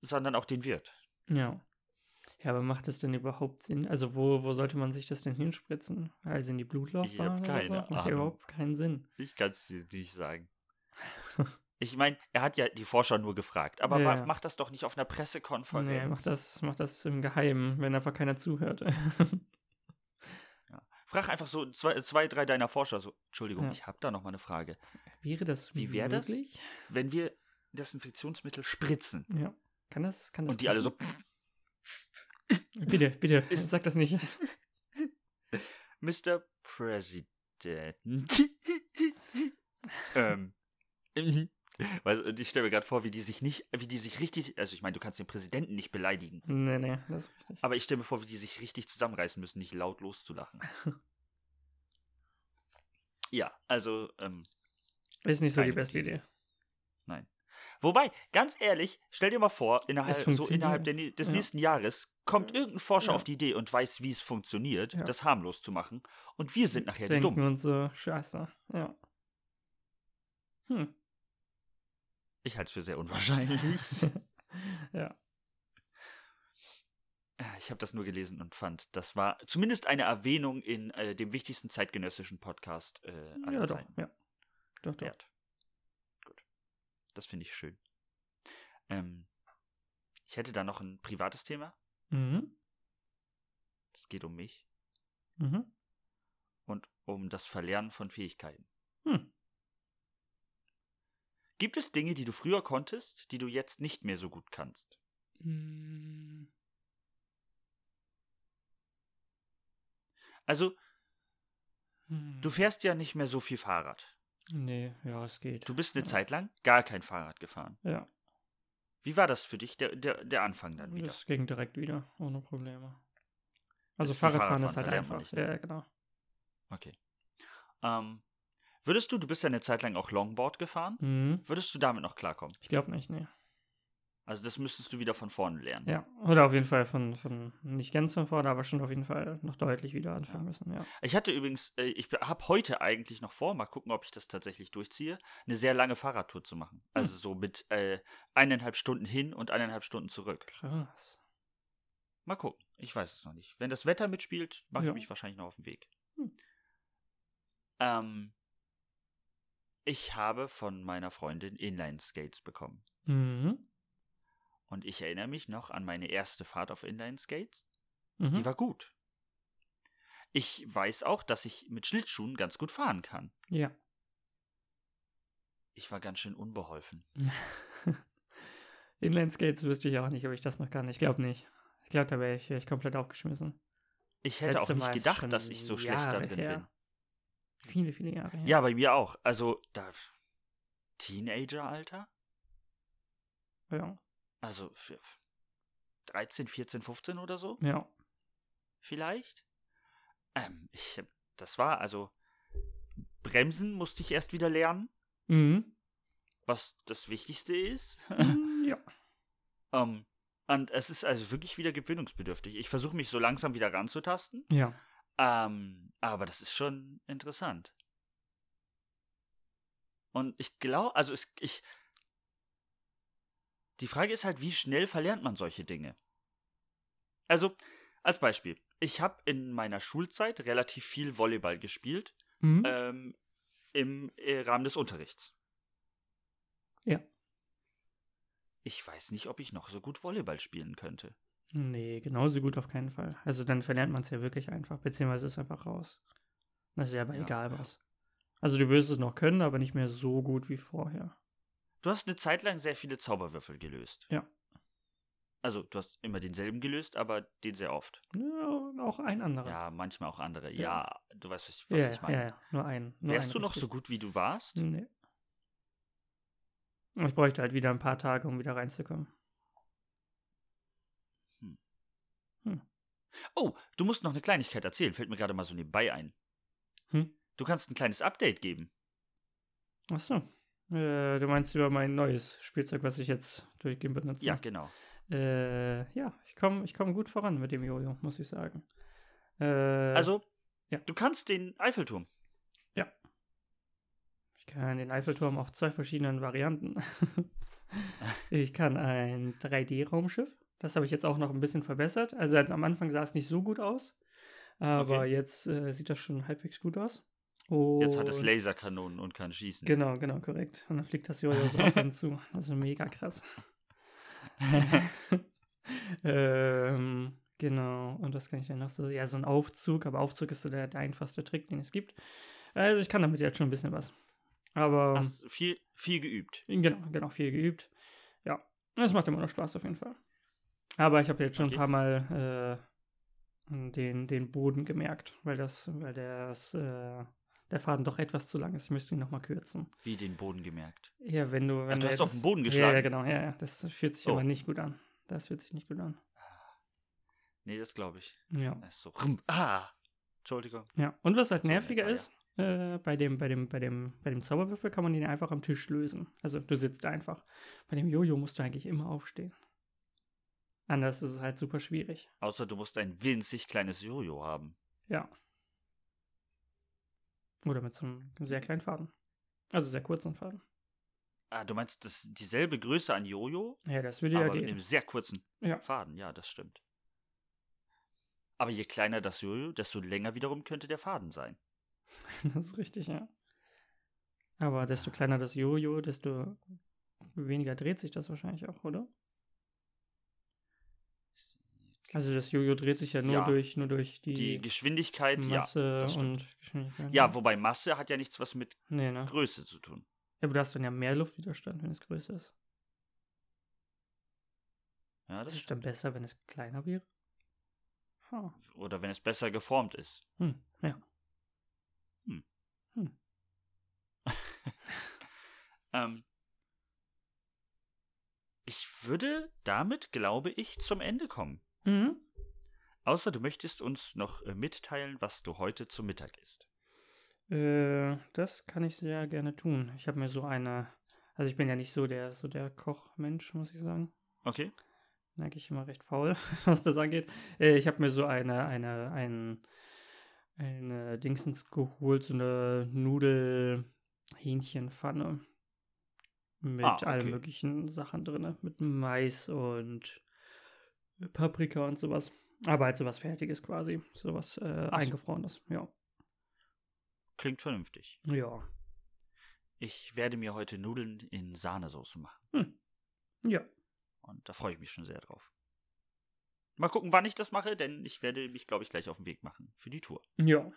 sondern auch den Wirt. Ja. Ja, aber macht das denn überhaupt Sinn? Also wo, wo sollte man sich das denn hinspritzen? Also in die Ich hab Blutlaufbahn oder keine so? Macht ja Ahnung. überhaupt keinen Sinn. Ich kann es dir nicht sagen. Ich meine, er hat ja die Forscher nur gefragt, aber Ja. wa- macht das doch nicht auf einer Pressekonferenz. Nee, mach das, mach das im Geheimen, wenn einfach keiner zuhört. Frag einfach so zwei, zwei drei deiner Forscher so, Entschuldigung, Ja. ich habe da noch mal eine Frage. Wäre das Wie wär das? möglich? wenn wir Desinfektionsmittel spritzen Ja. Kann das, kann das und die alle so, Bitte, bitte, Ist- sag das nicht. Mr. President. ähm. mhm. Weißt du, und ich stelle mir gerade vor, wie die sich nicht, wie die sich richtig, also ich meine, du kannst den Präsidenten nicht beleidigen, Nee, nee, das ist richtig. aber ich stelle mir vor, wie die sich richtig zusammenreißen müssen, nicht laut loszulachen. ja, also, ähm, Ist nicht so die Keine beste Idee. wobei, ganz ehrlich, stell dir mal vor, innerhalb, so funktioniert. innerhalb der, nä- des Ja. nächsten Jahres kommt irgendein Forscher Ja. auf die Idee und weiß, wie es funktioniert, Ja. das harmlos zu machen, und wir sind nachher die Denken Dummen. und so, scheiße. Ja. Hm. Ich halte es für sehr unwahrscheinlich. ja. Ah, Ich habe das nur gelesen und fand, das war zumindest eine Erwähnung in äh, dem wichtigsten zeitgenössischen Podcast äh, aller Ja, doch, Zeiten. ja. Doch, doch. Wert. Gut. Das finde ich schön. Ähm, ich hätte da noch ein privates Thema. Mhm. Es geht um mich Mhm. und um das Verlernen von Fähigkeiten. Hm. Gibt es Dinge, die du früher konntest, die du jetzt nicht mehr so gut kannst? Mm, Also, hm. du fährst ja nicht mehr so viel Fahrrad. Nee, ja, es geht. Du bist eine Ja. Zeit lang gar kein Fahrrad gefahren. Ja, Wie war das für dich, der, der, der Anfang dann wieder? das ging direkt wieder, ohne Probleme. Also Ist wie Fahrradfahren ist Fahrradfahren, halt da lernt man einfach. nicht, ne? Ja, genau. Okay. Ähm, würdest du, du bist ja eine Zeit lang auch Longboard gefahren, Mhm. würdest du damit noch klarkommen? Ich glaube nicht, nee. Also das müsstest du wieder von vorne lernen. Ja, oder auf jeden Fall von, von nicht ganz von vorne, aber schon auf jeden Fall noch deutlich wieder anfangen Ja. müssen, ja. Ich hatte übrigens, äh, ich habe heute eigentlich noch vor, mal gucken, ob ich das tatsächlich durchziehe, eine sehr lange Fahrradtour zu machen. Hm. Also so mit äh, eineinhalb Stunden hin und eineinhalb Stunden zurück. Krass. Mal gucken. Ich weiß es noch nicht. Wenn das Wetter mitspielt, mache Ja. ich mich wahrscheinlich noch auf den Weg. Hm. Ähm, ich habe von meiner Freundin Inline-Skates bekommen. Mhm. Und ich erinnere mich noch an meine erste Fahrt auf Inline-Skates. Mhm. Die war gut. Ich weiß auch, dass ich mit Schlittschuhen ganz gut fahren kann. ja. Ich war ganz schön unbeholfen. Inlineskates wüsste ich auch nicht, ob ich das noch kann. Ich glaube nicht. Ich glaube, da wäre ich, wär ich komplett aufgeschmissen. Ich Das hätte auch letzte nicht Mal ist schon gedacht, dass ich so schlecht da Jahre drin her. Viele, viele Jahre. bin. her. Ja, bei mir auch. Also, da. Teenager-Alter? Ja. Also, für 13, 14, 15 oder so? ja. vielleicht. Ähm, ich, hab- das war also Bremsen musste ich erst wieder lernen, Mhm. was das Wichtigste ist. Mm, ja. ähm, und es ist also wirklich wieder gewinnungsbedürftig. Ich versuche mich so langsam wieder ranzutasten, Ja. ähm, aber das ist schon interessant. Und ich glaube, also es, ich. Die Frage ist halt, wie schnell verlernt man solche Dinge? Also, als Beispiel. Ich habe in meiner Schulzeit relativ viel Volleyball gespielt Mhm. ähm, im äh, Rahmen des Unterrichts. Ja. Ich weiß nicht, ob ich noch so gut Volleyball spielen könnte. Nee, genauso gut auf keinen Fall. Also dann verlernt man es ja wirklich einfach, beziehungsweise ist einfach raus. Das ist ja aber Ja. egal was. Also du wirst es noch können, aber nicht mehr so gut wie vorher. Du hast eine Zeit lang sehr viele Zauberwürfel gelöst. Ja. Also, du hast immer denselben gelöst, aber den sehr oft. Ja, und auch ein anderer. Ja, manchmal auch andere. Ja. Ja, du weißt, was, ja, was ich meine. ja, ja, nur einen. Nur Hm. Wärst einen du noch richtig. so gut, wie du warst? Nee. Ich bräuchte halt wieder ein paar Tage, um wieder reinzukommen. Oh, du musst noch eine Kleinigkeit erzählen. Fällt mir gerade mal so nebenbei ein. Hm? Du kannst ein kleines Update geben. Achso. Äh, du meinst über mein neues Spielzeug, was ich jetzt durchgehend benutze? Ja, genau. Äh, ja, ich komme ich komm gut voran mit dem Jojo, muss ich sagen. Äh, Also, ja. du kannst den Eiffelturm. Ich kann den Eiffelturm auf zwei verschiedenen Varianten. ich kann ein 3D-Raumschiff. Das habe ich jetzt auch noch ein bisschen verbessert. Also als- am Anfang sah es nicht so gut aus. Aber Okay. jetzt äh, sieht das schon halbwegs gut aus. Und Jetzt hat es Laserkanonen und kann schießen. Genau, genau, korrekt. Und dann fliegt das Jojo so auf einen zu. Das ist mega krass. ähm, genau, und das kann ich dann noch so, ja, so ein Aufzug, aber Aufzug ist so der, der einfachste Trick, den es gibt. Also ich kann damit jetzt schon ein bisschen was. Aber Hast viel, viel geübt. genau, genau, viel geübt. Ja, das macht immer noch Spaß auf jeden Fall. Aber ich habe jetzt schon Okay. ein paar Mal äh, den, den Boden gemerkt, weil das, weil das, äh, der Faden doch etwas zu lang ist. Ich müsste ihn nochmal kürzen. Wie den Boden gemerkt. Ja, wenn du. Wenn du hast jetzt- auf den Boden Ja, ja, geschlagen. genau, ja, ja. Das fühlt sich Oh. aber nicht gut an. Das fühlt sich nicht gut an. Nee, das glaube ich. Ja. Das ist so. rum. Ah! Entschuldigung. ja. Und was halt So in nerviger etwa, ja. ist, äh, bei dem, bei dem, bei dem, bei dem Zauberwürfel kann man den einfach am Tisch lösen. Also du sitzt einfach. Bei dem Jojo musst du eigentlich immer aufstehen. Anders ist es halt super schwierig. Außer du musst ein winzig kleines Jojo haben. Ja. Oder mit so einem sehr kleinen Faden. Also sehr kurzen Faden. Ah, du meinst das dieselbe Größe an Jojo, Ja, das würde ja aber mit einem gehen. sehr kurzen Ja. Faden. Ja, das stimmt. Aber je kleiner das Jojo, desto länger wiederum könnte der Faden sein. Das ist richtig, ja. Aber desto kleiner das Jojo, desto weniger dreht sich das wahrscheinlich auch, oder? Also das Jojo dreht sich ja nur Ja. durch nur durch Die die, Geschwindigkeit, Masse das stimmt. und Geschwindigkeit. ja. Ja, ne? wobei Masse hat ja nichts was mit nee, ne? Ja, Größe zu tun. aber du hast dann ja mehr Luftwiderstand, wenn es größer ist. Ja, Ist das es dann besser, wenn es kleiner wäre? Hm. oder wenn es besser geformt ist. Hm, ja. Ähm, ich würde damit, glaube ich, zum Ende kommen. Mhm. Außer du möchtest uns noch äh, mitteilen, was du heute zum Mittag isst. Äh, das kann ich sehr gerne tun. Ich habe mir so eine, also ich bin ja nicht so der, so der Kochmensch, muss ich sagen. Okay? merke ich immer recht faul, was das angeht. Äh, ich habe mir so eine, eine, ein, eine Dingsens geholt, so eine Nudel-Hähnchenpfanne. Mit Ah, okay. allen möglichen Sachen drin. Mit Mais und Paprika und sowas. Aber halt sowas Fertiges quasi. Sowas äh, so. Eingefrorenes. Ja. Klingt vernünftig. Ja. Ich werde mir heute Nudeln in Sahnesoße machen. Ja. Und da freue ich mich schon sehr drauf. Mal gucken, wann ich das mache, denn ich werde mich, glaube ich, gleich auf den Weg machen für die Tour. Ja.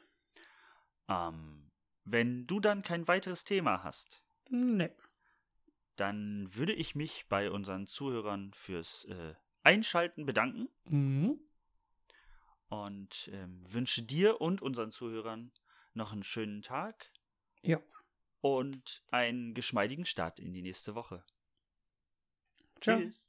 Ähm, wenn du dann kein weiteres Thema hast, Ne. dann würde ich mich bei unseren Zuhörern fürs äh, Einschalten bedanken Mhm. und ähm, wünsche dir und unseren Zuhörern noch einen schönen Tag. Ja. Und einen geschmeidigen Start in die nächste Woche. Ciao. Tschüss.